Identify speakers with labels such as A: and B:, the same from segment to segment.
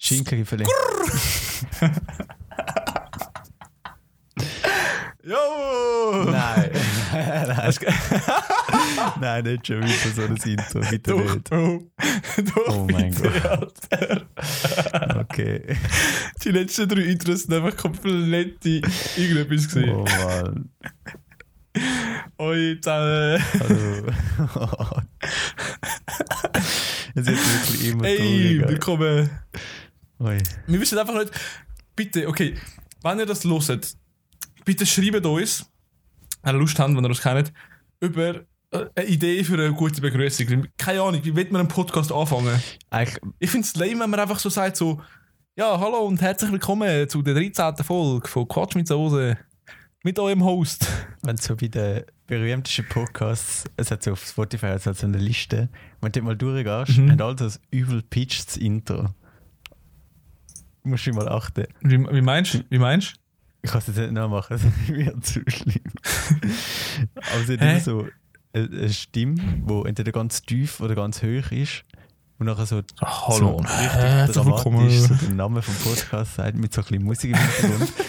A: Schinkenriffeln.
B: Jo!
A: Nein. Nein, nicht schon wieder so ein Intro. Bitte
B: Doch,
A: nicht.
B: Bro. Doch,
A: Oh mein
B: bitte, Alter.
A: Okay.
B: Die letzten drei Intros sind einfach komplett in irgendetwas gesehen.
A: Oh Mann.
B: Oi, zusammen.
A: Also. es wird wirklich immer
B: Hey,
A: trauriger.
B: willkommen.
A: Ui.
B: Wir wissen einfach nicht, bitte, okay, wenn ihr das loset, bitte schreibt uns, wenn ihr Lust habt, wenn ihr uns kennt, über äh, eine Idee für eine gute Begrüßung. Keine Ahnung, wie wird man einen Podcast anfangen?
A: Eigentlich,
B: Ich finde es lame, wenn man einfach so sagt, so, ja, hallo und herzlich willkommen zu der 13. Folge von Quatsch mit Soße. Mit eurem Host.
A: wenn so bei den berühmtesten Podcasts, es hat so auf Spotify es hat so eine Liste, wenn du dort mal durchgehst,
B: Mhm.
A: hat alles ein übel pitchtes Intro. Musst du mal achten.
B: Wie, wie meinst du? Wie meinst du?
A: Ich kann es jetzt nicht nachmachen, das wäre zu schlimm. Aber es hat
B: Hä?
A: immer so eine eine Stimme, die entweder ganz tief oder ganz hoch ist. Und nachher so
B: Ah, Hallo
A: so
B: und
A: richtig dramatisch
B: herzlich
A: so
B: willkommen.
A: den Namen vom Podcast sagt, mit so ein bisschen Musik im Hintergrund.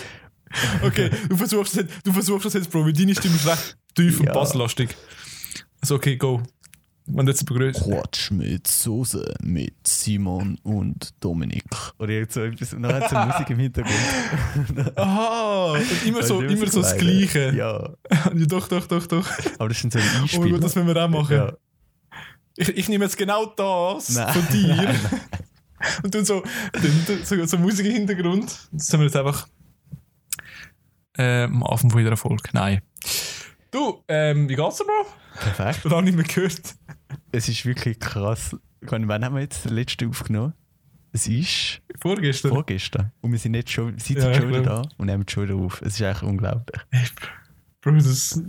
B: Okay, du versuchst das jetzt, du versuchst das jetzt Bro, weil deine Stimme ist recht tief
A: Ja.
B: und basslastig. Also okay, go. Wenn du jetzt begrüßt.
A: Quatsch mit Soße mit Simon und Dominik. Oder irgend so etwas. Und dann hat so Musik im Hintergrund.
B: Aha, und immer so,
A: Weißt du,
B: immer so das
A: kleine.
B: Gleiche. Ja.
A: Ja,
B: doch, doch, doch, doch.
A: aber das sind so
B: Oh mein
A: Einspieler.
B: Gott, das müssen wir auch machen.
A: ja.
B: Ich, ich nehme jetzt genau das
A: Nein.
B: von dir. Und dann so, dann, dann, so, so Musik im Hintergrund. Das sind wir jetzt einfach ähm, am Anfang von jeder Folge. Nein. Du, ähm, wie geht's dir, Bro?
A: Perfekt.
B: Lange nicht mehr gehört.
A: Es ist wirklich krass. Ich meine, wann haben wir jetzt den letzten aufgenommen? Es ist
B: Vorgestern.
A: vorgestern. Und wir sind jetzt schon, sind
B: Ja,
A: jetzt schon
B: ich
A: wieder da und nehmen schon wieder auf. Es ist eigentlich unglaublich.
B: Bro, das,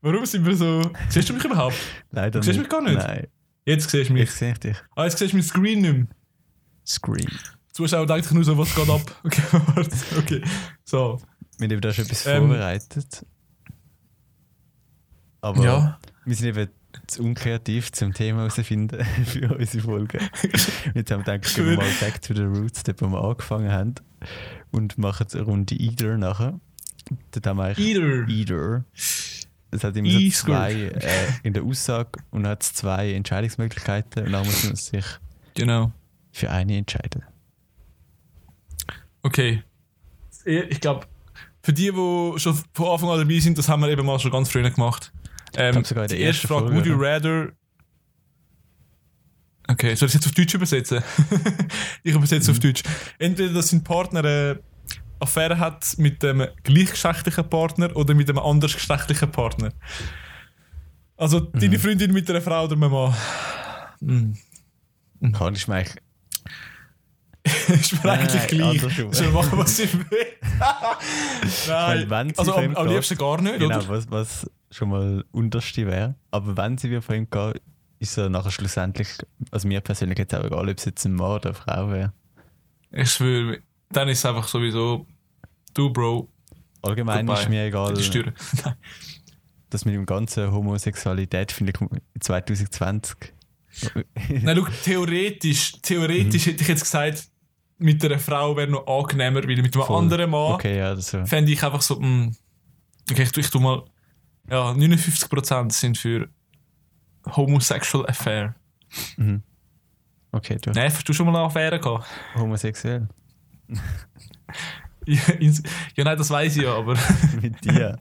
B: warum sind wir so. Siehst du mich überhaupt?
A: Leider
B: Du siehst mich gar nicht.
A: Nein,
B: Jetzt siehst du
A: ich
B: mich.
A: sehe dich.
B: Ah, jetzt siehst du mein Screen nicht mehr.
A: Scream.
B: Die Zuschauer denken sich nur so, was geht ab? Okay, warte. Okay. So.
A: Wir haben eben da schon etwas
B: Ähm.
A: vorbereitet. Aber
B: Ja.
A: wir sind eben zu unkreativ zum Thema herausfinden für unsere Folge. Jetzt haben wir gedacht, gehen wir mal back to the roots, dort wo wir angefangen haben. Und machen eine Runde Either nachher. Dort haben wir eigentlich
B: Either.
A: Either. Es hat immer so
B: Either.
A: zwei äh, in der Aussage und dann hat es zwei Entscheidungsmöglichkeiten und dann muss man sich
B: Genau.
A: für eine entscheiden.
B: Okay. Ich glaube, für die, die schon von Anfang an dabei sind, das haben wir eben mal schon ganz früh gemacht. Ähm,
A: glaub, sogar in der
B: die erste
A: ersten
B: Frage,
A: Folge,
B: would you rather... Okay, soll ich jetzt auf Deutsch übersetzen? ich übersetze
A: Mhm.
B: auf Deutsch. Entweder, dass dein Partner eine Affäre hat mit dem gleichgeschlechtlichen Partner oder mit einem andersgeschlechtlichen Partner. Also
A: Mhm.
B: deine Freundin mit einer Frau oder einem Mann. Mhm.
A: Kann ich mir eigentlich
B: ist mir
A: Nein,
B: eigentlich
A: nein,
B: gleich.
A: andersrum.
B: Soll machen, was ich will.
A: Ich meine,
B: Nein,
A: wenn sie
B: also am, am
A: fremdgeht-
B: liebsten gar nicht,
A: Genau,
B: oder?
A: was, was schon mal unterste wäre. Aber wenn sie wieder von ihm gehen, ist er nachher schlussendlich, also mir persönlich jetzt auch egal, ob es jetzt ein Mann oder eine Frau wäre.
B: Ich schwöre, dann ist es einfach sowieso, du Bro,
A: Allgemein
B: Vorbei.
A: ist mir egal,
B: die Steuern.
A: dass mit dem ganzen Homosexualität finde ich um 2020.
B: Nein, schau, theoretisch,
A: Mhm.
B: theoretisch hätte ich jetzt gesagt, mit einer Frau wäre noch angenehmer, weil mit einem
A: Voll.
B: anderen Mann
A: Okay, ja, also.
B: fände ich einfach so, mh, okay, ich, tu- ich tu mal, ja, 59% sind für Homosexual Affair.
A: Okay, du
B: Nein, hast du schon mal eine Affäre gehabt?
A: homosexuell.
B: Ja, ins- ja, nein, das weiß ich ja, aber
A: Mit dir.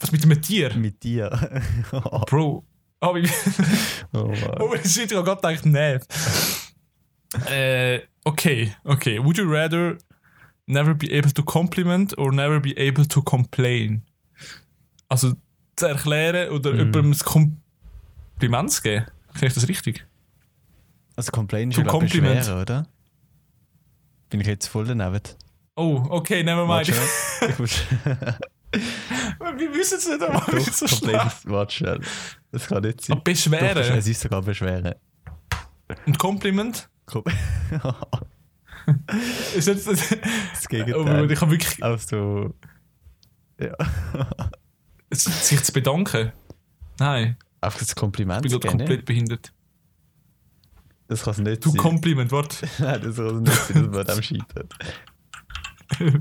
B: was mit einem Tier?
A: Mit dir. oh,
B: Bro. Oh, wie,
A: wow.
B: oh shit, ich hab grad gedacht, nein. äh, okay, okay. Would you rather never be able to compliment or never be able to complain? Also zu erklären
A: Mhm.
B: oder jemandem ein Kompliment zu geben. Sehe ich das richtig?
A: Also Complain ist
B: Du
A: ja glaub ich,
B: Kompliment.
A: schwerer, oder? Bin ich jetzt voll daneben?
B: Oh, okay, never mind.
A: Warte schnell. Ich muss...
B: Wir wissen es nicht, aber wir
A: Doch,
B: sind so
A: Complain
B: schlecht.
A: ist... Warte schnell. Das kann nicht sein.
B: Und Beschweren.
A: Doch, es ist sogar Beschweren.
B: Und Kompliment?
A: Kom-
B: Ist jetzt,
A: das
B: oh mein Gott,
A: Gegenteil.
B: ich habe wirklich
A: Also... Ja.
B: sich zu bedanken. Nein,
A: Einfach das
B: ich
A: Kompliment
B: bin
A: zu
B: gerade
A: geben. ne?
B: komplett behindert.
A: Das kann es nicht
B: Du
A: sein.
B: Kompliment, wort.
A: Nein, das kann es nicht sein, dass man an dem scheitert.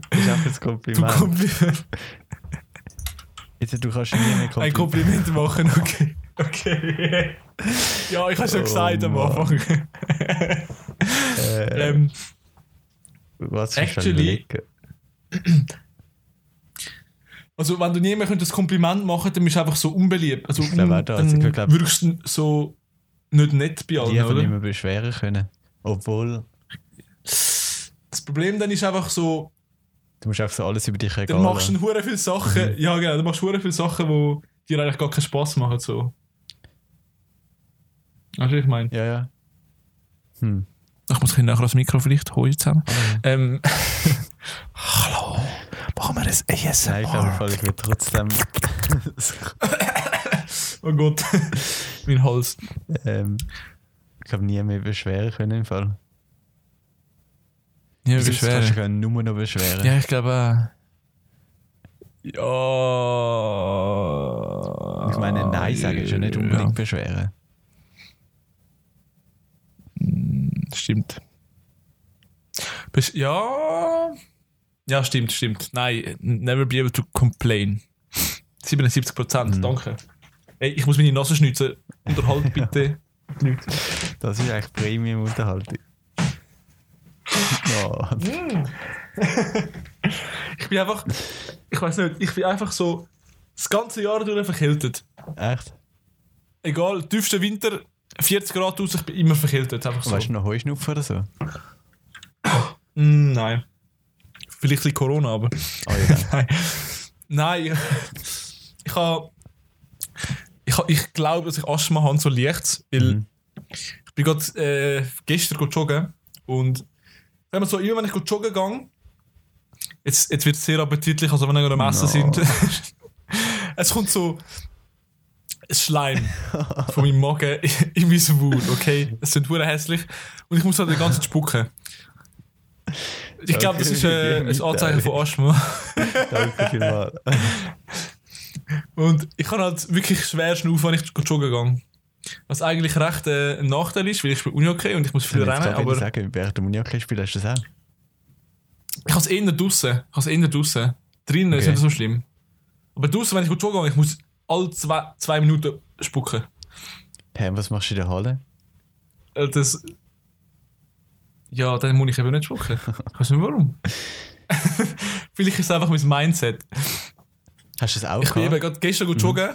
A: Das ist einfach ein
B: Du
A: Kompliment.
B: Kompliment.
A: Jetzt, du kannst mir ein Kompliment.
B: Ein Kompliment machen, okay. Okay. Ja, ich habe schon
A: Oh
B: gesagt am
A: Mann.
B: Anfang.
A: Äh,
B: ähm,
A: was kannst du
B: actually-
A: überlegen?
B: also, wenn du niemandem ein Kompliment machen könntest, dann bist du einfach so unbeliebt. Also,
A: Ich glaube auch
B: un-
A: das.
B: dann
A: Ich glaube-
B: wirkst du so nicht nett bei allen,
A: Die einfach
B: Oh, oder?
A: nicht mehr beschweren können. Obwohl,
B: Das Problem dann ist einfach so,
A: du musst einfach so alles über dich
B: dann
A: regeln.
B: machst du dann hure viele
A: Mhm.
B: Sachen, ja genau, dann machst du hure viele Sachen, wo dir eigentlich gar keinen Spaß machen so. Weißt du, was ich meine?
A: Ja, ja. Hm.
B: Ich muss nachher das Mikro vielleicht holen zusammen. Ähm, Hallo, machen wir das
A: Nein, ich glaube,
B: ASMR?
A: voll, ich will trotzdem.
B: Oh Gott, mein Hals.
A: ähm, ich habe nie mehr beschweren können im Fall.
B: Ja,
A: Bis jetzt kannst du dich nur noch beschweren.
B: Ja, ich glaube. äh, Ja.
A: Ich meine, Nein sagen ist Ah, ja nicht unbedingt beschweren.
B: Stimmt. Bes- ja. Ja, stimmt, stimmt. Nein, never be able to complain. 77 Prozent,
A: Mhm.
B: danke. Ey, ich muss meine Nase schnitzen. Unterhalt bitte.
A: Das ist eigentlich Premium-Unterhaltung. Ja,
B: Ich bin einfach, ich weiß nicht, ich bin einfach so das ganze Jahr durch verkältet.
A: echt?
B: Egal, tiefster Winter, 40 Grad aus, ich bin immer verkältet. Einfach so.
A: Weißt du noch Heuschnupfen oder so? Ah
B: Mm, nein. Vielleicht ein bisschen Corona, aber.
A: Ah, ja.
B: Nein. Nein. Ich habe. Ich, ha, ich glaube, dass ich Asthma habe, so leicht. Weil
A: Mhm.
B: ich bin grad, äh, gestern go joggen. Und sagen wir so, immer wenn ich go joggen gehe, jetzt, jetzt wird es sehr appetitlich, also wenn wir gerade am Essen
A: No.
B: sind. es kommt so ein Schleim von meinem Magen in mein Wund, okay? Es sind hure hässlich. Und ich muss halt die ganze Zeit spucken. Ich glaube, das ist äh, ein Anzeichen von Asthma.
A: Danke vielmals.
B: Und ich kann halt wirklich schwer schnaufen, wenn ich joggen gehe. Was eigentlich recht äh, ein Nachteil ist, weil ich spiele Unihockey und ich muss viel
A: Jetzt
B: rennen,
A: kann ich
B: aber ich
A: sagen, während du Munioke spielst, hast du das auch.
B: kann es eher draussen. Ich kann es eher draussen. Drinnen ist
A: Okay.
B: nicht so schlimm. Aber draussen, wenn ich joggen gehe, ich muss alle zwei, zwei Minuten spucken.
A: Hey, was machst du in der Halle?
B: Äh, Das... Ja, dann muss ich eben nicht spucken. Ich weiß nicht warum. Vielleicht ist es einfach mein Mindset.
A: Hast du das auch
B: Ich bin eben
A: gehabt?
B: gerade gestern
A: Mhm.
B: gut joggen.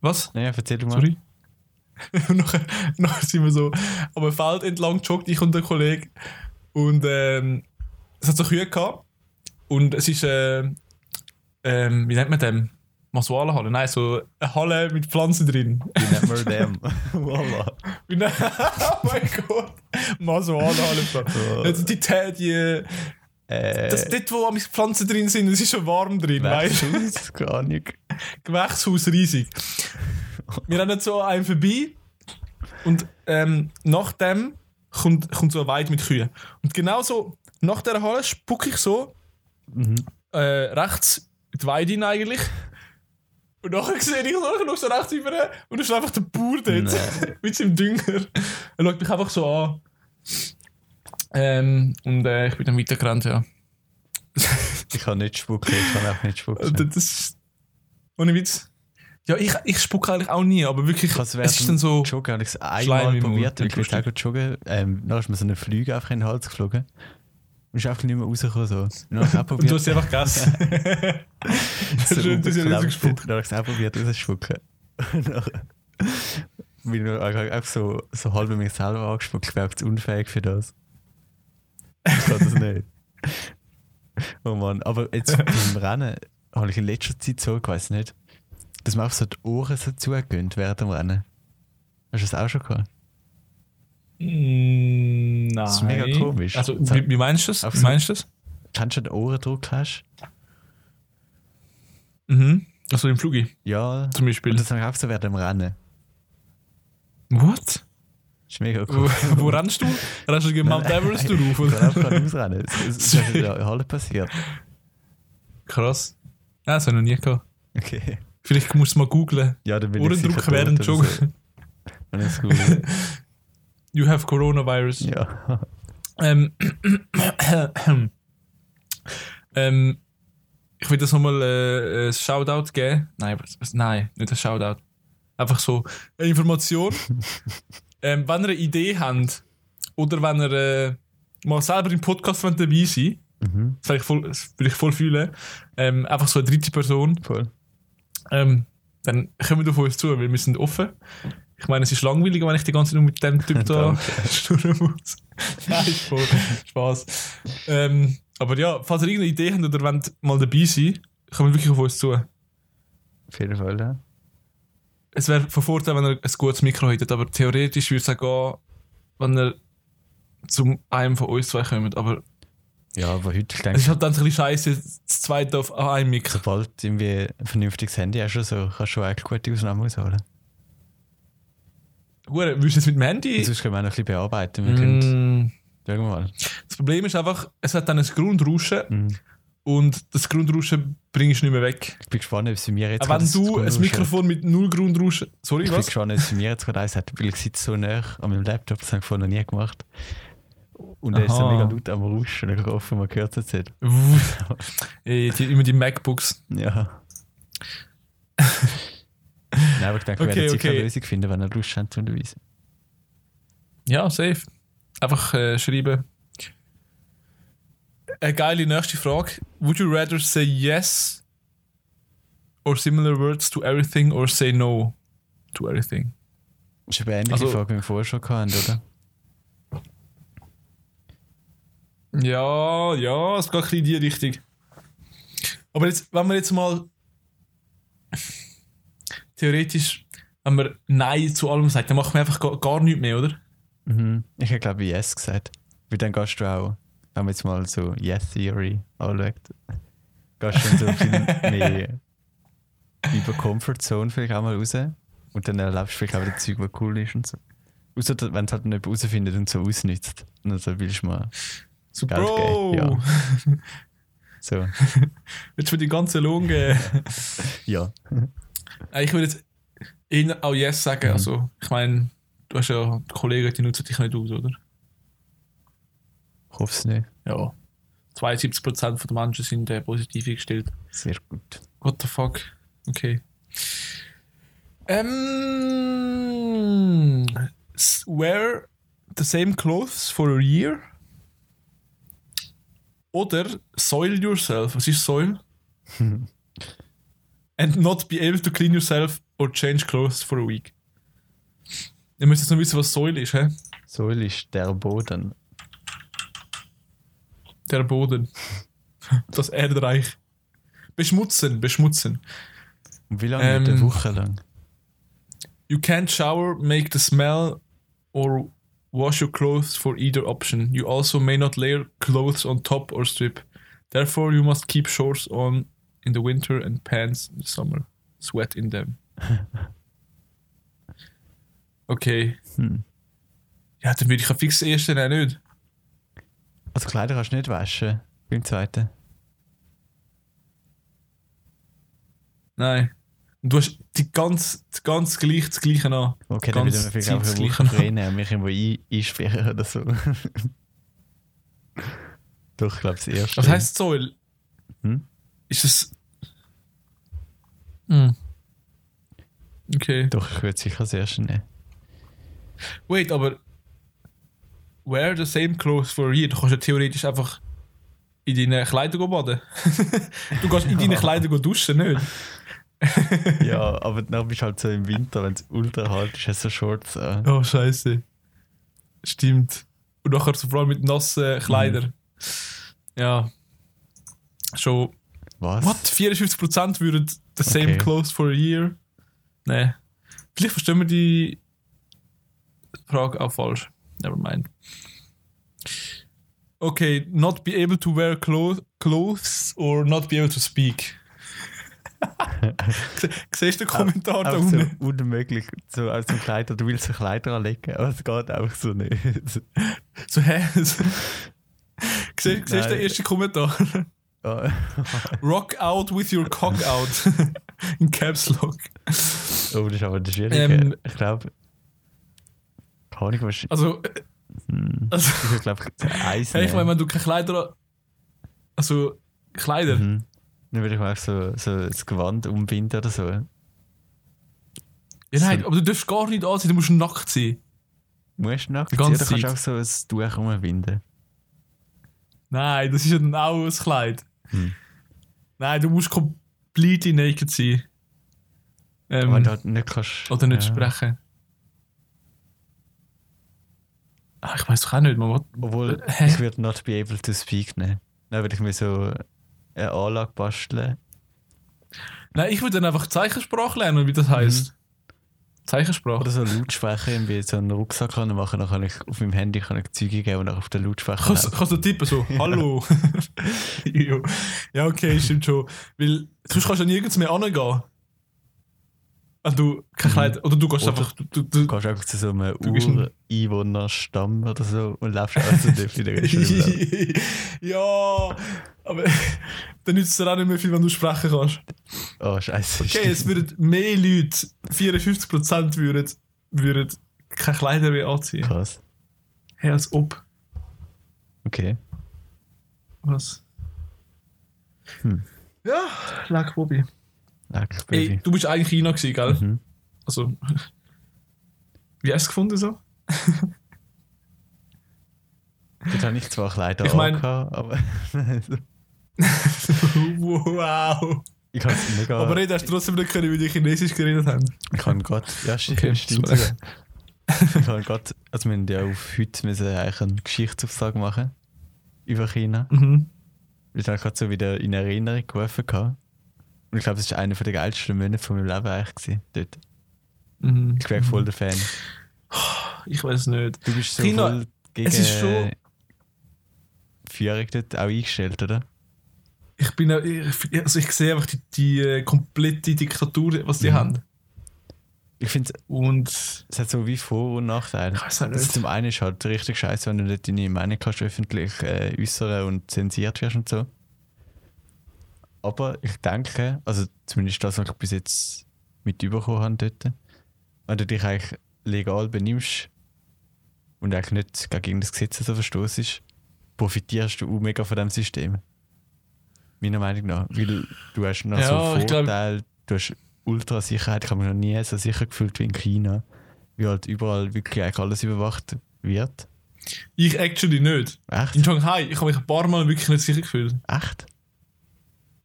B: Was?
A: Nein, erzähl du mal.
B: Sorry. und nachher, nachher sind wir so am Feld entlang gejoggt, ich und der Kollege. Und ähm, es hat so Kühe gehabt. Und es ist, äh, ähm, wie nennt man dem? Masualenhalle? Nein, so eine Halle mit Pflanzen drin.
A: Wie nennt man dem? Voila.
B: Wie ne- oh mein Gott! Masualenhalle. Also die, Tä- die,
A: Äh,
B: das, dort, wo am Pflanzen drin sind, es ist schon warm drin, weißt du?
A: Weißt du? Gar nicht.
B: Gewächshaus riesig. Wir rennen so an einem vorbei und ähm, nach dem kommt, kommt so ein Weid mit Kühen. Und genau so nach dieser Halle spucke ich so äh, rechts in die Weide hinein eigentlich. Und nachher sehe ich so, ich schaue so rechts über und da ist einfach der Bauer dort
A: Nein.
B: mit seinem Dünger. Er schaut mich einfach so an. Ähm, und äh, ich bin dann weitergerannt, ja.
A: Ich kann nicht spucken, ich kann auch nicht spucken.
B: Und Äh, Das ist. Ohne Witz. Ja, ich, ich spucke eigentlich auch nie, aber wirklich.
A: Ich habe es
B: es ist dann so.
A: Joggen habe ich es
B: Schleim
A: einmal
B: im Mund.
A: probiert, weil ich
B: Lustig.
A: wollte auch gut joggen. Ähm, dann ist mir so ein Flüge einfach in den Hals geflogen. Und ist einfach nicht mehr rausgekommen. So. Dann habe ich auch
B: Und
A: probiert,
B: du hast sie einfach gegessen.
A: so
B: schön, dass ihr nicht so
A: rausgespuckt. Dann
B: gespuckt.
A: habe ich es auch probiert, rauszuspucken. Und dann- Weil ich einfach so, so halb mich selber angespuckt, ich bin einfach zu unfähig für das. Ich kann das nicht. Oh Mann, aber jetzt beim Rennen habe ich in letzter Zeit so, ich weiß nicht, dass man einfach so die Ohren so zugönnt während dem Rennen. Hast du das auch schon gehabt?
B: Mm, Nein.
A: ist mega komisch.
B: Also, wie, wie meinst du das?
A: Auf
B: Wie
A: so-
B: meinst du das?
A: Kennst du den Ohrendruck hast?
B: Mhm. Also im Flugi
A: Ja.
B: zum Beispiel.
A: Und das habe ich auch so während dem Rennen.
B: What?
A: Ist mega
B: Wo,
A: cool.
B: wo rennst du? Rennst du gegen Mount Everest rauf?
A: Ich kann auch
B: Oder?
A: gerade ausrennen. Es es- es ist in der Halle passiert.
B: Krass. Ja, das habe ich noch nie gehabt.
A: Okay.
B: Vielleicht musst du es mal googlen.
A: Ja, dann bin ich sicher
B: Ohrendruck
A: tot also
B: während
A: oder so.
B: Joggen.
A: Wenn ich es google.
B: You have coronavirus.
A: Ja.
B: Ähm, ähm, ich will das nochmal äh, ein Shoutout geben. Nein, was, was, nein, nicht ein Shoutout. Einfach so eine Information. ähm, wenn ihr eine Idee habt oder wenn ihr äh, mal selber im Podcast wollt dabei sein
A: Mhm,
B: das, wär ich voll, das würde ich voll fühlen, ähm, einfach so eine dritte Person,
A: voll.
B: ähm, dann kommt auf uns zu, weil wir sind offen. Ich meine, es ist langweilig, wenn ich die ganze Zeit nur mit dem Typ da schnurren muss. Nein, ist voll Spaß. Ähm, aber ja, falls ihr irgendeine Idee habt oder wollt mal dabei sein, kommt wirklich auf uns zu.
A: Auf jeden Fall, ja.
B: Es wäre von Vorteil, wenn ihr ein gutes Mikro hättet, aber theoretisch würde es auch gehen, wenn ihr zu einem von uns zwei kommt. Aber
A: Ja, aber heute, ich
B: es ist
A: denke,
B: halt dann ein bisschen scheiße, das zweite auf an einem Mikro.
A: sobald du irgendwie ein vernünftiges Handy hast, oder so, kannst du schon eigentlich gute Ausnahmen ausholen.
B: Hure, willst du jetzt mit dem
A: Und
B: Handy?
A: sonst können wir auch noch ein bisschen bearbeiten. Wir können,
B: Mm,
A: schauen wir mal.
B: Das Problem ist einfach, es hat dann ein Grundrauschen
A: Mhm.
B: und das Grundrauschen bringst du nicht mehr weg.
A: Ich bin gespannt, ob es bei mir jetzt
B: Aber
A: gerade
B: wenn du
A: Grundrauschen
B: ein
A: hat.
B: Mikrofon mit null Grundrauschen. Sorry,
A: Ich bin
B: was?
A: gespannt, ob es bei mir jetzt gerade eins hat, weil ich sitze so nah an meinem Laptop, das habe ich vorher noch nie gemacht. Und er ist so
B: Aha.
A: mega laut am Rauschen und ich hoffe, man hört es nicht.
B: Ey, Äh, die, immer die MacBooks.
A: Ja. Nein, aber ich denke, wir
B: Okay,
A: werden sicher
B: okay.
A: eine Lösung finden, wenn er Lust hat, zum Beweisen.
B: Ja, safe. Einfach äh, schreiben. Eine geile nächste Frage. Would you rather say yes or similar words to everything or say no to everything?
A: Das ist eine ähnliche
B: Also-
A: Frage, die wir vorher schon hatten, oder?
B: Ja, ja, es geht ein bisschen in die Richtung. Aber jetzt, wenn wir jetzt mal theoretisch, wenn man Nein zu allem sagt, dann machen wir einfach gar, gar nichts mehr, oder?
A: Mhm. Ich habe, glaube ich, Yes gesagt. Weil dann gehst du auch, wenn man jetzt mal so Yes-Theory anschaut, gehst du dann so viel mehr über Comfort Zone vielleicht auch mal raus. Und dann erlebst du vielleicht auch wieder Zeug, was cool ist und so. Außer wenn es halt nicht herausfindet und so ausnützt. Und dann so willst du mal
B: So,
A: Geld
B: Bro,
A: geben, so,
B: willst du mir die ganze Lohn geben?
A: ja.
B: Äh, ich würde jetzt ihnen auch Yes sagen. Also, ich meine, du hast ja Kollegen, die nutzen dich nicht aus, oder?
A: Ich hoffe es nicht.
B: Ja. 72% der Menschen sind äh, positiv eingestellt.
A: Sehr gut.
B: What the fuck? Okay. Ähm. s- Wear the same clothes for a year. Oder soil yourself. Was ist soil? And not be able to clean yourself or change clothes for a week. Ihr müsst jetzt noch wissen, was Soil ist, hä?
A: Soil ist der Boden.
B: Der Boden. Das Erdreich. Beschmutzen, beschmutzen.
A: Und wie lange?
B: Ähm,
A: Eine Woche lang.
B: You can't shower, make the smell, or wash your clothes for either option. You also may not layer clothes on top or strip. Therefore, you must keep shorts on in the winter and pants in the summer. Sweat in them. Okay.
A: Hm.
B: Ja, dann würde ich ja fix das erste nehmen, nicht?
A: Also Kleider kannst du nicht waschen beim zweiten.
B: Nein. Und du hast die ganz, die ganz gleich das Gleiche an.
A: Okay, dann
B: Ganz
A: müssen wir vielleicht einfach eine
B: zeitgleich
A: Woche
B: noch.
A: frei nehmen und mich irgendwo ein einsperren oder so. Doch, ich glaube, das erste.
B: Was heißt Zoll?
A: Hm?
B: Ist es. Hm. Okay.
A: Doch, ich würde sicher das erste nehmen.
B: Wait, aber. Wear the same clothes for a year. Du kannst ja theoretisch einfach in deinen Kleidern gehen baden. du kannst in deinen Kleidern gehen duschen, nicht?
A: ja, aber dann bist du halt so im Winter, wenn es ultra hart ist, hast du so Shorts an.
B: Oh, Scheiße. Stimmt. Und nachher so vor allem mit nassen Kleidern. Mhm. Ja. Schon.
A: Was?
B: What? 54% würden the same
A: Okay.
B: clothes for a year? Nee. Vielleicht verstehen wir die Frage auch falsch. Never mind. Okay, not be able to wear clo clothes or not be able to speak. Se- Siehst du den Kommentar da
A: Auch Äh, so
B: unten?
A: unmöglich, so aus dem Kleider, du willst so Kleider anlegen, aber es geht einfach so nicht.
B: So, hä? Siehst siehst du
A: Nein.
B: den ersten Kommentar?
A: Ja.
B: Rock out with your cock out. In Caps
A: Oh,
B: Lock.
A: das ist aber das Schwierige.
B: Ähm,
A: ich glaube, Honig wahrscheinlich.
B: Also, äh,
A: Hm.
B: also
A: Ich glaube, Eis.
B: hey, ich meine,
A: nehmen.
B: wenn du keine Kleider. Also, Kleider.
A: Mhm. Dann würde ich mir einfach so, so das Gewand umbinden oder so.
B: Ja, nein,
A: So-
B: aber du darfst gar nicht anziehen, du musst nackt sein.
A: Musst du nackt
B: Die
A: sein
B: ganze
A: oder kannst du
B: Zeit.
A: auch so ein Tuch umwinden?
B: Nein, das ist ja dann auch ein Kleid.
A: Hm.
B: Nein, du musst completely naked sein. Ähm,
A: Wenn du halt nicht kannst.
B: oder nicht
A: ja.
B: sprechen. Ah, ich weiß doch auch nicht, man. What?
A: Obwohl,
B: Hä?
A: ich würde not be able to speak nehmen. Dann würde ich mir so eine Anlage basteln.
B: Nein, ich würde dann einfach Zeichensprache lernen, wie das
A: Mhm.
B: heisst. Zeichensprache.
A: Oder so Lautsprecher irgendwie so einen Rucksack kann machen. Dann kann ich auf meinem Handy kann ich Züge geben und dann auf den Lautsprecher.
B: Kannst, kannst du tippen so, hallo. Jo. ja, okay, stimmt schon. Weil sonst kannst du ja nirgends mehr angehen. Wenn du kein
A: Mhm.
B: Kleid, oder du gehst
A: Oder
B: einfach, du, du,
A: Du kannst einfach zu so einem
B: Du bist ein-
A: Ureinwohnerstamm oder so und läufst also dort wieder Rest der Welt.
B: ja, Ah, aber dann nützt es dir auch nicht mehr viel, wenn du sprechen kannst.
A: Oh, scheiße.
B: Okay, es würden mehr Leute, 54% würden, würden keine Kleider mehr anziehen.
A: Krass.
B: Hey, als ob.
A: Okay.
B: Was?
A: Hm.
B: Ja, lag Bobby.
A: Leck, Baby.
B: Ey, du bist eigentlich in China gewesen, gell?
A: Mhm.
B: Also, wie hast du es gefunden so?
A: Dort habe ich zwar Kleider
B: Ich mein-
A: angehabt, aber
B: wow!
A: ich habe es mega...
B: Aber hey, du hast trotzdem nicht können, weil die Chinesisch geredet haben.
A: ich habe Gott... Ja, stimmt.
B: Okay,
A: stimmt
B: sorry.
A: sogar. ich habe Gott... Also wir haben ja auf heute müssen eigentlich einen Geschichtsaufsag machen über China.
B: Mhm.
A: Ich habe gerade so wieder in Erinnerung gerufen. gehabt. Und ich glaube, das war einer der geilsten Monate von meinem Leben eigentlich. gewesen, Dort.
B: Mhm.
A: Ich bin voll der Fan.
B: Ich weiß nicht.
A: Du bist so
B: China,
A: voll gegen
B: es ist schon-
A: Führung dort auch eingestellt, oder?
B: Ich bin auch, ich, also ich sehe einfach die, die äh, komplette Diktatur, was die
A: Mhm.
B: haben.
A: Ich finde,
B: Und
A: es hat so wie Vor- und Nachteile.
B: ich weiß auch
A: Das
B: nicht.
A: zum einen ist halt richtig scheiße, wenn du nicht deine Meinung kannst öffentlich äh, äußern und zensiert wirst und so. Aber ich denke, also zumindest das, was ich bis jetzt mit überkommen habe dort, wenn du dich eigentlich legal benimmst und eigentlich nicht gegen das Gesetz so verstoßest, profitierst du auch mega von dem System. Meiner Meinung nach. Weil du hast noch
B: Ja,
A: so
B: ich glaub-
A: Vorteile, du hast Ultrasicherheit, ich habe mich noch nie so sicher gefühlt wie in China wie halt überall wirklich eigentlich alles überwacht wird.
B: Ich actually nicht. In
A: Echt?
B: Shanghai, ich habe mich ein paar Mal wirklich nicht sicher gefühlt.
A: Echt?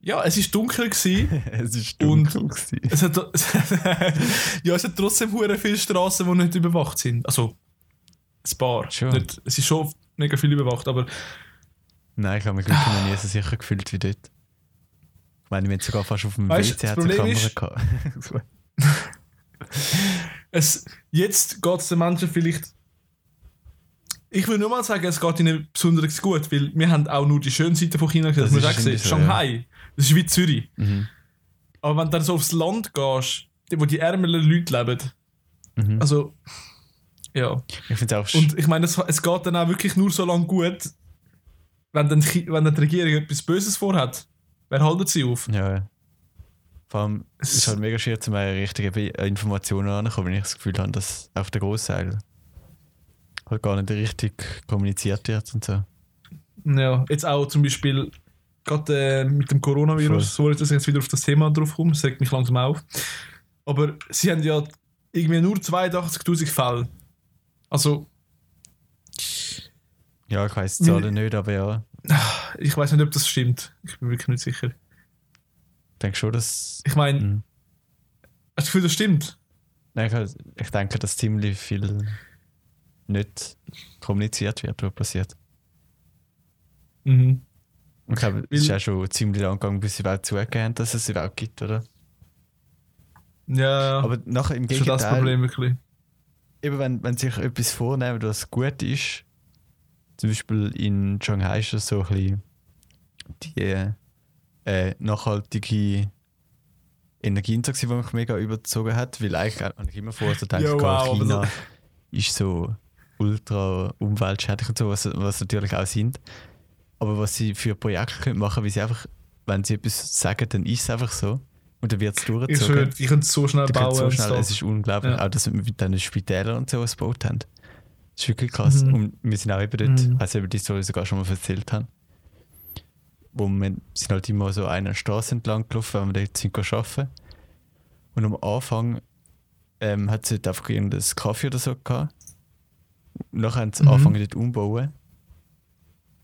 B: Ja, es ist dunkel gewesen.
A: es ist
B: Und-
A: dunkel gewesen.
B: Es hat, ja, es hat trotzdem hure viele Straßen, die nicht überwacht sind. Also, ein paar.
A: Schon.
B: Nicht, es ist schon mega viel überwacht, aber
A: Nein, ich habe mich wirklich noch nie so sicher gefühlt wie dort. Ich meine, wir haben sogar fast auf dem
B: Weißt,
A: WC
B: das
A: hat eine Kamera
B: Problem ist-
A: gehabt.
B: es, jetzt geht es den Menschen vielleicht. Ich will nur mal sagen, es geht ihnen besonders gut, weil wir haben auch nur die schönen Seiten von China gesehen. Das,
A: Das
B: muss
A: ist
B: ich auch
A: irgendwie
B: gesehen.
A: so,
B: Shanghai, das ist wie Zürich.
A: mhm.
B: Aber wenn du dann so aufs Land gehst, wo die ärmeren Leute leben,
A: Mhm.
B: also, ja.
A: Ich finde es auch sch-
B: Und ich meine, es, es geht dann auch wirklich nur so lange gut, wenn dann, Chi- wenn dann die Regierung etwas Böses vorhat. Wer haltet sie auf?
A: Ja, ja. Vor allem, es
B: Es-
A: ist halt mega schwer, zu meinen richtigen Be- äh, Informationen anzukommen, wenn ich das Gefühl habe, dass auf der Großseil halt gar nicht richtig kommuniziert wird und so.
B: Ja. Jetzt auch zum Beispiel gerade äh, mit dem Coronavirus, sorry, dass ich jetzt wieder auf das Thema drauf komme, das regt mich langsam auf. Aber sie haben ja irgendwie nur 82.000 Fälle. Also,
A: Ja, ich weiß die
B: Weil-
A: Zahlen nicht, aber ja.
B: ich weiß nicht, ob das stimmt. Ich bin wirklich nicht sicher.
A: Ich denke schon, dass.
B: Ich meine,
A: Mhm.
B: hast du das Gefühl, das stimmt?
A: Nein, ich, halt- ich denke, dass ziemlich viel nicht kommuniziert wird, was passiert.
B: Mhm.
A: Und Ich glaube, es ist
B: Weil-
A: ja schon ziemlich lang gegangen, bis sie überhaupt zugegeben haben, dass es sie überhaupt gibt, oder?
B: Ja,
A: Aber nachher im
B: das ist Ah. schon das
A: Gegenteil,
B: Problem wirklich.
A: eben wenn, wenn sie sich etwas vornehmen, was gut ist, zum Beispiel in Shanghai ist das so ein bisschen die äh, nachhaltige Energie und so gewesen, die mich mega überzogen hat, weil eigentlich habe ich immer vorher so gedacht,
B: Ja, wow, also aber
A: China ist so ultra umweltschädlich und so, was, was natürlich auch sind. Aber was sie für Projekte können machen, wie sie einfach, wenn sie etwas sagen, dann ist es einfach so und dann wird es
B: Ich
A: durchgezogen.
B: schwöre, die können so schnell
A: Die können
B: bauen.
A: so
B: und
A: schnell,
B: so.
A: es ist unglaublich,
B: Ja.
A: auch dass wir mit diesen Spitälern und so was gebaut haben. Das ist wirklich krass.
C: Mhm.
A: Und wir sind auch eben dort,
C: Mhm.
A: also über die Story sogar schon mal erzählt haben. Wo wir sind halt immer so einer Straße entlang gelaufen, wenn wir dort sind gegangen arbeiten. Und am Anfang ähm, hat es dort einfach irgendein Kaffee oder so gehabt. Und nachher haben sie
C: Mhm.
A: angefangen dort umbauen.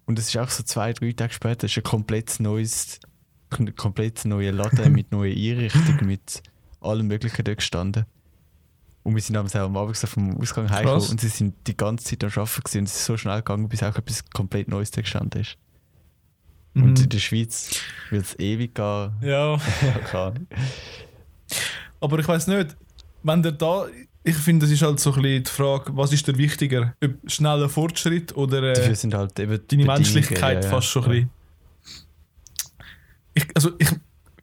A: Und es ist auch so zwei, drei Tage später, ist ein komplett neues, ein komplett neuer Laden mit neuer Einrichtung, mit allem Möglichen dort gestanden. Und wir sind abends auch am Abend so vom Ausgang heimgekommen und sie sind die ganze Zeit am Arbeiten gewesen. und es ist so schnell gegangen, bis auch etwas komplett Neues da gestanden ist. Und in der Schweiz wird es ewig gehen.
B: Mhm. Ja. Äh,
A: Ja, keine Ahnung.
B: Aber ich weiß nicht, wenn der da. Ich finde, das ist halt so ein bisschen die Frage, was ist der wichtiger? Ob schneller Fortschritt oder
A: Dafür
B: äh,
A: sind halt eben die
B: deine
A: Bedingungen,
B: Menschlichkeit
A: ja, ja.
B: fast schon ein bisschen. Ich, also ich,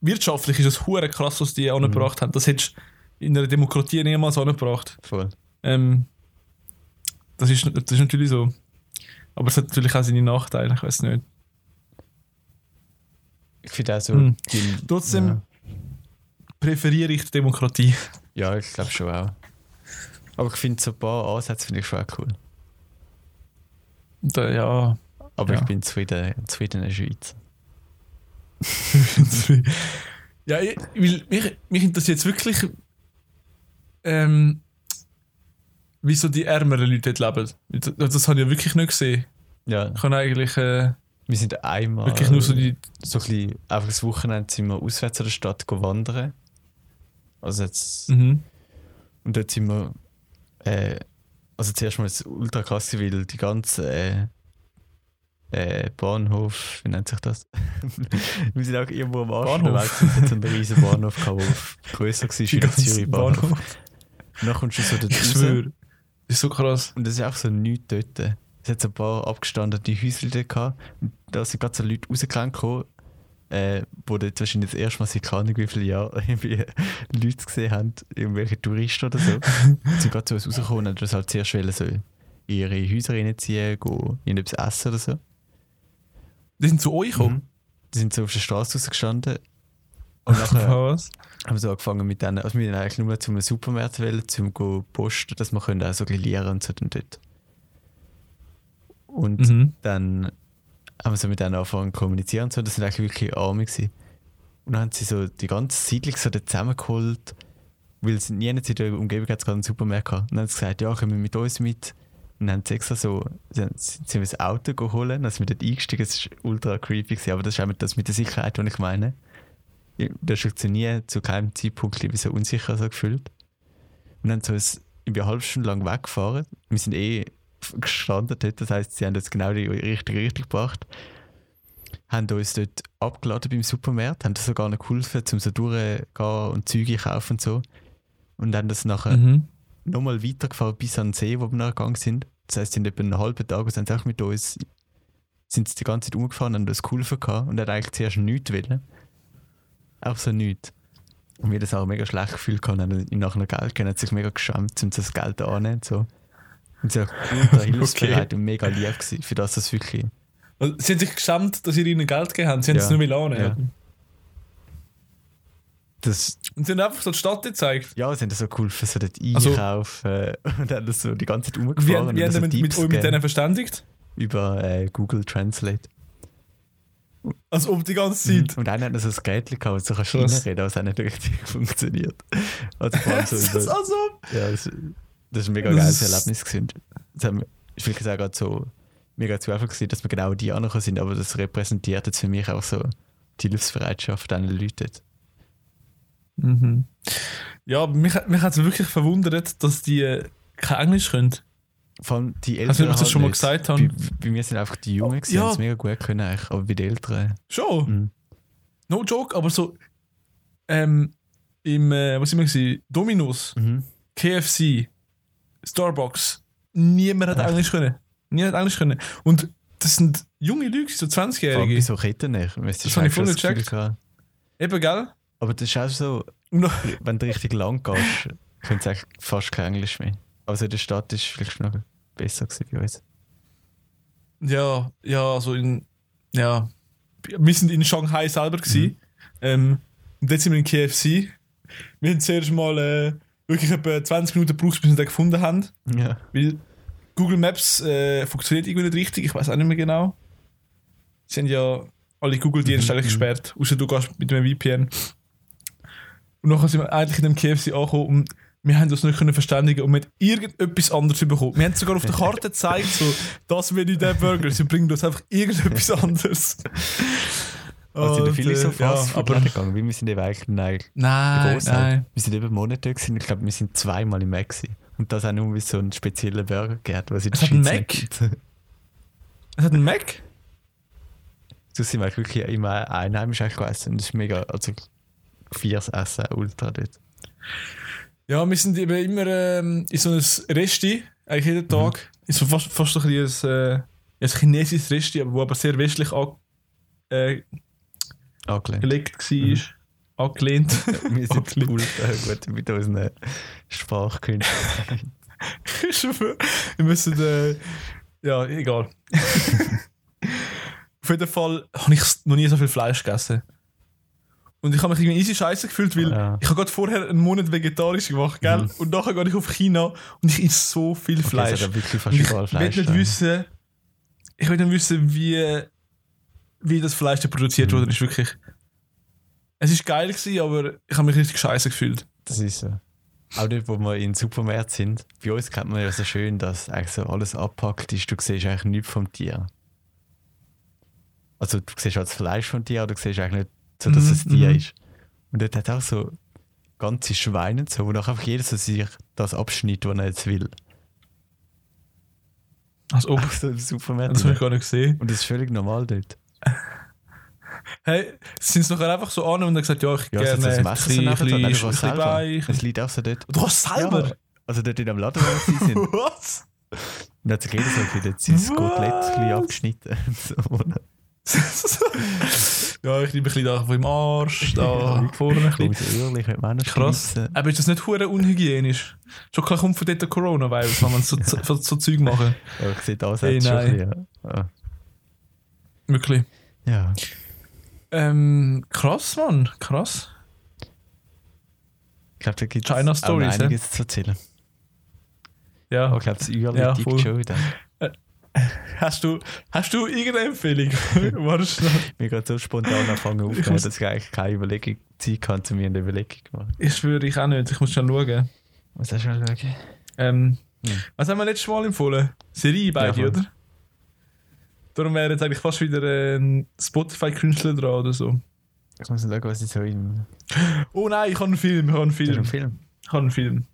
B: wirtschaftlich ist es hure krass, was
A: Mhm.
B: die angebracht haben. Das hättest du in einer Demokratie niemals angebracht.
A: Voll.
B: Ähm, das, ist, das ist natürlich so. Aber es hat natürlich auch seine Nachteile, ich weiß nicht.
A: Ich finde auch so,
B: Hm.
A: die,
B: Trotzdem präferiere ich die Demokratie.
A: ja, ich glaube schon auch. Aber ich finde so ein paar Ansätze finde ich schon auch cool.
B: Da, ja,
A: Aber
B: Ja.
A: ich bin zufrieden, zufrieden in der Schweiz.
B: ja, ich, weil mich, mich interessiert jetzt wirklich, ähm, wieso die ärmeren Leute dort leben. Das, das habe ich ja wirklich nicht gesehen.
A: Ja,
B: Ich habe eigentlich äh,
A: wir sind einmal
B: wirklich nur so die.
A: so ein bisschen, einfach das Wochenende sind wir auswärts an der Stadt go wandern. Also jetzt,
B: Mhm.
A: und dort sind wir, äh, also zuerst mal ist es ultra krass, gewesen, weil die ganze äh, äh, Bahnhof, wie nennt sich das? wir sind auch irgendwo am Arsch
B: Bahnhof.
A: unterwegs und jetzt einen riesen Bahnhof gehabt, der auf- grösser war wie der
B: ganze
A: Zürich-Bahnhof. Und dann kommst du so dort
B: Ich
A: raus.
B: schwöre. Das ist so krass.
A: Und es ist auch so nichts dort. Es hat so ein paar abgestandene Häusle dort gehabt. Und da sind gerade so Leute rausgekommen, äh, wo dort wahrscheinlich das erste Mal seit keine Ahnung wie viele Jahren irgendwie Leute gesehen haben, irgendwelche Touristen oder so. Und sind gerade zu uns rausgekommen und haben uns halt zuerst wollen, so in ihre Häuser reinziehen, gehen, irgendetwas essen oder so.
B: Die sind zu euch
A: Mhm.
B: gekommen.
A: Die sind so auf der Straße rausgestanden. Und nachher
B: Was?
A: haben wir so angefangen mit denen, also wir sind eigentlich nur zum Supermarkt wählen, zum go posten, dass wir können auch so grillieren und so dann dort. Und
B: Mhm.
A: dann haben wir so mit denen angefangen zu kommunizieren und so, das sind eigentlich wirklich Arme gewesen. Und dann haben sie so die ganze Siedlung so dort zusammengeholt, weil es in jener Zeit in der Umgebung hat es gerade einen Supermarkt gehabt. Und dann haben sie gesagt, ja, kommen wir mit uns mit. Und dann haben sie extra so, sind sind wir das Auto geholt, dann sind wir dort eingestiegen, es war ultra creepy, gewesen, aber das ist auch mit- das mit der Sicherheit, was ich meine. Ich- Das ist jetzt nie zu keinem Zeitpunkt irgendwie so unsicher so gefühlt. Und dann so es irgendwie eine halbe Stunde lang weggefahren. Wir sind eh f- gestrandet dort, das heißt, sie haben uns genau die richtige Richtung gebracht. Haben uns dort abgeladen beim Supermarkt, haben das sogar noch geholfen, um so durchzugehen und Züge kaufen und so. Und dann das nachher
B: Mhm.
A: nochmal weitergefahren bis an den See, wo wir nachher gegangen sind. Das heisst, in etwa einem halben Tag sind sie auch mit uns sind sie die ganze Zeit umgefahren, haben das geholfen gehabt und hat eigentlich zuerst nichts wollen. Auch so nichts. Und wir das auch mega schlecht gefühlt gehabt, haben ihm nachher noch Geld gegeben, hat sich mega geschämt, um das Geld anzunehmen und so. Und sie war ultra hilfsbereit und mega lieb gewesen, für das das wirklich...
B: Also, Sie haben sich geschämt, dass ihr ihnen Geld gegeben habt. Sie haben
A: Ja.
B: es nur wollen.
A: Ja.
B: Ja.
A: Das,
B: Und sie haben einfach so die Stadt gezeigt.
A: ja, sie haben das so geholfen, so dort
B: Also-
A: einkaufen und haben das so die ganze Zeit umgefahren.
B: Wie, haben-
A: und
B: wie
A: haben
B: haben
A: so
B: sie mit, mit,
A: Tipps
B: euch mit
A: gegeben
B: denen verständigt?
A: über äh, Google Translate.
B: Als ob Also, um die ganze Zeit.
A: Und einer hat noch so ein Gerät gehabt, das so kannst du
B: Krass.
A: reinreden, aber es hat nicht wirklich funktioniert. Also vor allem so,
B: das ist
A: so,
B: also.
A: ja, das, das ist ein mega
B: Das
A: geiles
B: ist-
A: Erlebnis gewesen. Das haben, ich will sagen, gerade so mega Zweifel gewesen, dass wir genau die anderen sind, aber das repräsentiert jetzt für mich auch so die Hilfsbereitschaft an den Leuten. dort.
B: Mhm. Ja, mich, mich hat es wirklich verwundert, dass die äh, kein Englisch können.
A: Vor allem die Eltern.
B: Hast du mir das
A: halt
B: schon mal
A: nicht.
B: gesagt
A: Bei,
B: haben? Oh,
A: bei mir sind einfach die Jungen, die
B: Ja.
A: haben es mega gut können, eigentlich, aber bei den Eltern.
B: Schon.
A: Mhm.
B: No joke, aber so. Ähm, Im. Äh, was immer gesehen? Dominos,
A: Mhm.
B: KFC, Starbucks. Niemand hat
A: Echt?
B: Englisch können. Niemand hat Englisch können. Und das sind junge Leute, so
A: Vor allem bei
B: 20-Jährige.
A: so Ketten nicht. Das
B: habe ich voll nicht gecheckt. Eben, gell?
A: Aber das ist auch so,
B: Und noch-
A: wenn du richtig lang gehst, können sie eigentlich fast kein Englisch mehr. Also in der Stadt ist vielleicht noch besser gewesen bei uns.
B: Ja, ja, also in. Ja. Wir sind in Shanghai selber gewesen. Ähm, und jetzt sind wir in KFC. Wir haben zuerst mal äh, wirklich etwa 20 Minuten gebraucht, bis wir den gefunden haben.
A: Ja.
B: Weil Google Maps äh, funktioniert irgendwie nicht richtig, ich weiß auch nicht mehr genau. Sie haben ja alle Google-Dienste eigentlich gesperrt, außer du gehst mit einem VPN. Und nachher sind wir eigentlich in dem KFC angekommen und wir haben uns nicht können verständigen und wir haben irgendetwas anderes bekommen. Wir haben sogar auf der Karte gezeigt, so, das wäre nicht der Burger, sie bringen uns einfach irgendetwas anderes.
A: Also sind
B: Und,
A: viele so
B: äh, ja,
A: fast
B: aber-
A: gegangen, weil wir sind eben eigentlich nein,
B: Nein,
A: groß.
B: nein.
A: Wir sind eben Monate gewesen. Ich glaube, wir sind zweimal im Mac. Gewesen. Und das auch nur, weil es so einen speziellen Burger gab, was in der
B: Es hat einen
A: Schweiz nicht
B: Mac?
A: gibt.
B: Es hat einen Mac?
A: Sonst sind wir eigentlich wirklich immer einheimisch eigentlich gegessen. Und das ist mega, also Fiers Essen, ultra dort.
B: Ja, wir sind eben immer ähm, in so einem Resti, eigentlich jeden Tag. Mhm. Ist so fast, fast so ein, bisschen ein, äh, ein chinesisches Resti, aber wo aber sehr westlich angelegt äh,
A: Angelehnt.
B: gelegt war. Angelehnt.
A: Wir sind
B: Angelehnt.
A: ultra gut mit unseren Sprachkünsten.
B: Ich schwöre, Wir müssen. Äh, ja, egal. Auf jeden Fall habe ich noch nie so viel Fleisch gegessen. Und ich habe mich irgendwie easy scheiße gefühlt, weil
A: Ja.
B: ich habe gerade vorher einen Monat vegetarisch gemacht, gell? Und nachher gehe ich auf China und ich esse so viel
A: Das
B: Fleisch.
A: hat wirklich fast
B: Und ich
A: überall
B: will
A: Fleisch.
B: nicht
A: ja.
B: wissen, ich will nicht wissen, wie, wie das Fleisch da produziert
A: Mhm.
B: worden ist, wirklich. Es ist geil gewesen, aber ich habe mich richtig scheiße gefühlt.
A: Das ist so. Auch dort, wo wir in den Supermarkt sind, bei uns kennt man ja so schön, dass eigentlich so alles abpackt ist. Du siehst eigentlich nichts vom Tier. Also, du siehst halt das Fleisch vom Tier, aber du siehst eigentlich nicht, so, dass es Tier
B: mhm.
A: ist. Und dort hat auch so ganze Schweine, und so, wo nachher einfach jeder so sich das abschneidet, was er jetzt will.
B: Als ob.
A: Auch so im Supermarkt.
B: Also, Das habe ich gar nicht gesehen.
A: Und das ist völlig normal dort.
B: Hey, sind sie nachher einfach so an und haben gesagt, ja, ich
A: Ja,
B: gerne
A: also so das Messer so
B: ein
A: nachher,
B: bisschen,
A: dann
B: ein
A: einfach
B: bisschen
A: selber.
B: Bein.
A: Es liegt auch so dort.
B: Du hast selber?
A: Ja, also dort in dem Laden, wo wir gewesen sind.
B: Was?
A: Und dann hat sich jeder so ein bisschen dort sein
B: Was?
A: Kotelettchen abgeschnitten. so,
B: ja, ich nehme ein bisschen da von im Arsch, da vorne ein bisschen.
A: Umso ehrlich, wenn Männer
B: Krass.
A: schreissen.
B: Aber ist das nicht hure unhygienisch? Schon klar kommt von dort der Coronavirus, wenn man so, so, so, so Zeug machen.
A: Aber ich sehe das
B: Hey,
A: jetzt schon
B: nein.
A: ein bisschen. Ja. Ah,
B: Wirklich.
A: ja.
B: Ähm, krass, Mann. Krass.
A: Ich glaube, da gibt
B: China
A: es auch noch
B: Stories,
A: einiges zu erzählen.
B: Ja.
A: Aber ich glaube, das Ueli
B: Ja,
A: ja, tickt
B: voll.
A: schon wieder.
B: Hast, du, hast du irgendeine Empfehlung? Warte schnell.
A: Wir gerade so spontan anfangen aufzunehmen, dass ich eigentlich keine Überlegung Zeit hatte, zu mir eine Überlegung gemacht.
B: Ich schwöre, ich auch nicht. Ich muss schnell schauen.
A: Muss auch schon schauen.
B: Ähm,
A: Hm.
B: Was haben wir letztes Mal empfohlen? Serie beide,
A: Ja, voll.
B: oder? Darum wäre jetzt eigentlich fast wieder ein Spotify-Künstler dran oder so.
A: Ich muss noch schauen, was ich so im
B: Oh nein, ich habe einen Film. Ich habe einen
A: Film.
B: Film.
A: Film.
B: Ich habe einen Film.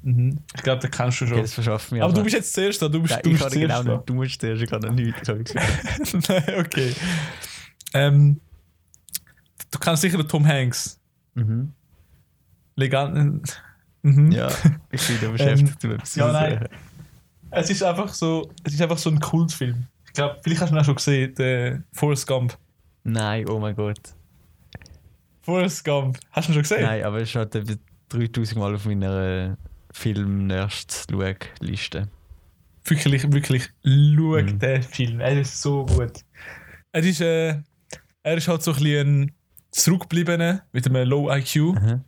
B: Mhm. Ich glaube, den kennst du schon.
A: Okay, das verschaffen wir.
B: aber du bist jetzt zuerst da. Du bist,
A: Nein,
B: du
A: ich
B: bist
A: kann
B: zuerst
A: genau nicht. Du musst zuerst, ich kann noch nichts.
B: da. nein, okay. Ähm, du kennst sicher den Tom Hanks.
A: mhm.
B: Legenden. Mhm.
A: Ja, ich bin da beschäftigt. um etwas
B: ja,
A: zu
B: nein.
A: suchen.
B: Es ist einfach so, es ist einfach so ein Kultfilm. Ich glaube, vielleicht hast du ihn auch schon gesehen, der Forrest Gump.
A: Nein, oh mein Gott.
B: Forrest Gump. Hast du ihn schon gesehen?
A: Nein, aber es steht etwa 3000 Mal auf meiner äh, Film-Nerds-Liste.
B: Wirklich, wirklich, schau
A: Mhm.
B: den Film. Er ist so gut. Er ist, äh, er ist halt so ein bisschen ein zurückgebliebener mit einem Low IQ.
A: Mhm.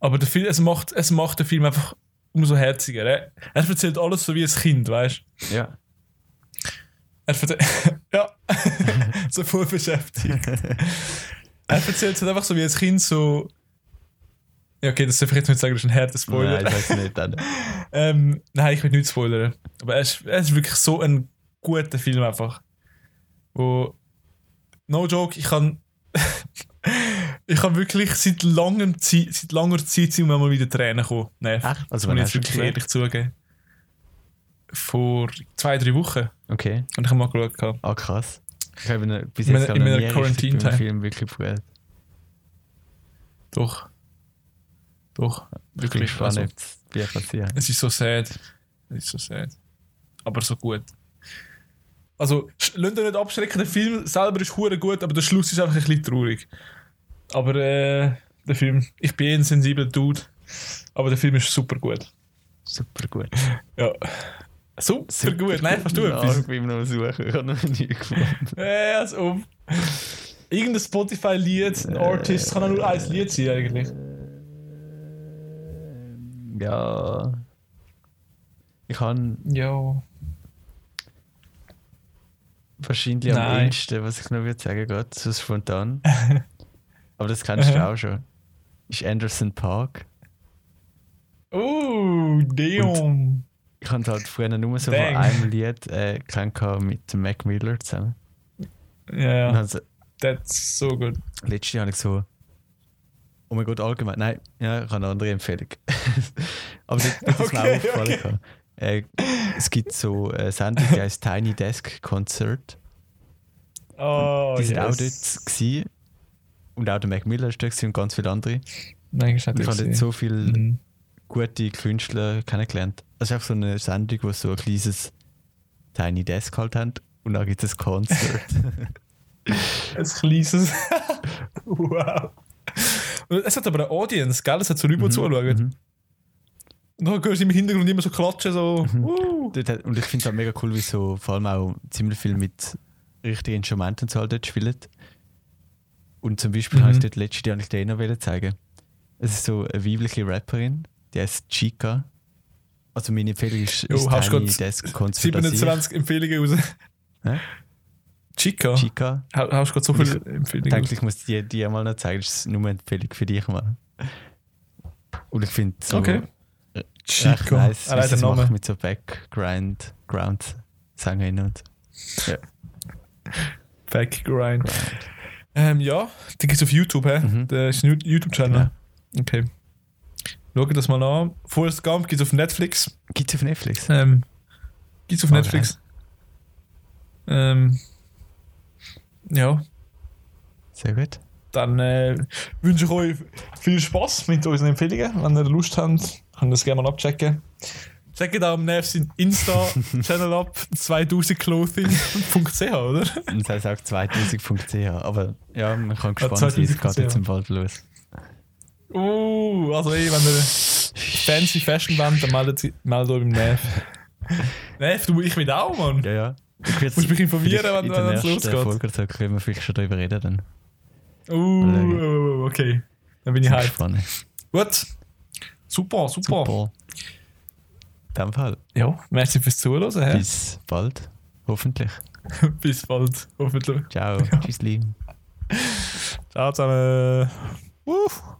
B: Aber der Film, es macht, es macht den Film einfach umso herziger. Er, er erzählt alles so wie ein Kind, weißt du?
A: Ja.
B: Er erzählt. ja, so voll beschäftigt. er erzählt es halt einfach so wie ein Kind, so. Ja, okay, das darf ich jetzt nicht sagen, das ist ein harter Spoiler.
A: Nein, ich weiß nicht. Dann.
B: Ähm, nein, ich will nicht spoilern. Aber es ist, er ist wirklich so ein guter Film einfach. Wo, no joke, ich kann. ich habe wirklich seit, langem Zeit, seit langer Zeit sind mir mal wieder Tränen gekommen. Nein,
A: Ach, also
B: das
A: wann
B: muss ich
A: hast
B: jetzt
A: du
B: wirklich
A: gesehen?
B: ehrlich zugeben. Vor zwei, drei Wochen
A: Okay.
B: habe ich mal geschaut. gehabt.
A: Ah, krass. Ich habe ihn bis
B: In
A: jetzt
B: meiner-
A: glaube ich, noch
B: in meiner
A: nie richtig beim
B: Quarantine-Time.
A: Film wirklich gefreut.
B: Doch. Doch.
A: Ich bin
B: Wirklich.
A: gespannt,
B: Also,
A: ob es wie passiert.
B: es ist so sad. Es ist so sad. Aber so gut. Also, sch- lasst euch nicht abschrecken, der Film selber ist hure gut, aber der Schluss ist einfach ein bisschen traurig. Aber äh, der Film, ich bin eh ein sensibler Dude, aber der Film ist super gut.
A: Super gut.
B: Ja. Super, gut. Nein, hast du
A: Nein,
B: etwas?
A: Ich bin noch suchen, ich habe noch nie gefunden.
B: Äh, als ob. Irgendein Spotify-Lied,
A: Äh.
B: ein Artist, kann auch nur ein Lied sein eigentlich.
A: Ja. Ich habe
B: Ja.
A: wahrscheinlich am
B: Nein.
A: ehesten, was ich noch würde sagen, Gott, so spontan. Aber das kennst du auch schon. Ist Anderson Park.
B: Oh, damn.
A: Ich habe halt früher nur so von
B: Dang.
A: einem Lied äh, kennt gehabt mit dem Mac Miller zusammen. Und
B: Ja,
A: also,
B: that's so good.
A: letztes Jahr habe ich so. Oh mein Gott, allgemein. Nein, ja, ich habe eine andere Empfehlung. Aber das, das ist mir
B: Okay,
A: auch aufgefallen. Äh,
B: okay.
A: es gibt so eine Sendung, die heißt Tiny Desk Concert.
B: Oh,
A: die sind auch dort
B: yes.
A: gewesen. Und auch der Mac Miller ist dort gewesen und ganz viele andere.
B: Nein, ich
A: Und ich
B: habe
A: habe dort so viele
B: Mhm.
A: gute Künstler kennengelernt. Das ist auch so eine Sendung, wo so ein kleines Tiny Desk halt haben. Und dann gibt es ein Konzert.
B: Ein kleines. wow. Und es hat aber eine Audience, gell? Es hat so Leute, die zuschauen.
A: mhm.
B: Und dann hörst du im Hintergrund immer so klatschen, so.
A: Mhm.
B: Uh.
A: Dort hat, und ich finde es auch mega cool, wie so vor allem auch ziemlich viel mit richtigen Instrumenten und so halt dort spielen. Und zum Beispiel
B: Mhm.
A: habe ich dort letzte, die habe ich dir eh noch wollen zeigen. Es ist so eine weibliche Rapperin, die heißt Chica. Also meine Empfehlung ist,
B: Jo,
A: ist
B: hast
A: Tiny
B: grad
A: Desk Konzert. dass ich-
B: 27 Empfehlungen raus.
A: Hä?
B: Chica?
A: Chica.
B: Ha- Hast du gerade so viele
A: Ich Ich
B: Empfehlungen?
A: denke, ich muss dir die mal noch zeigen. Das ist nur eine Empfehlung für dich mal. Und ich finde so
B: Okay.
A: recht nice, wie
B: Chica. Allein
A: sie
B: Ah, der
A: es machen
B: Name.
A: mit so Background Ground Sängerinnen und
B: Backgrind. Ähm, ja, die gibt es auf YouTube, hä? Der ist ein YouTube-Channel. Okay. Schau dir das mal an. Forrest Gump gibt es auf Netflix.
A: Gibt es auf Netflix?
B: Ähm, gibt's auf
A: Oh,
B: Netflix? Ähm, ja,
A: Sehr gut.
B: dann äh, wünsche ich euch viel Spaß mit unseren Empfehlungen. Wenn ihr Lust habt, könnt ihr das gerne mal abchecken. Checkt auch am nervsten Insta-Channel ab, 2000clothing.ch, oder?
A: Und das heißt auch 2000.ch. Aber ja, man kann gespannt sein, es
B: 2000.ch.
A: geht jetzt im Wald los.
B: Uh, also ey, wenn ihr fancy Fashion wollt, dann meldet, sie- meldet euch beim Nerv. Nerv, du, ich will auch, Mann.
A: Ja, ja. Ich werde
B: Musst mich informieren, wenn- wenn es
A: In der
B: losgeht.
A: nächsten Folge oder so können wir vielleicht schon darüber reden. Dann
B: Uh, uh, uh, okay. Dann bin ich hyped.
A: gespannt.
B: Gut. Super, super.
A: Super. In dem Fall.
B: Ja, merci fürs Zuhören. hä?
A: Bis bald. Hoffentlich.
B: Bis bald, hoffentlich.
A: Ciao. Tschüss, lieben.
B: Ciao zusammen. Wuff.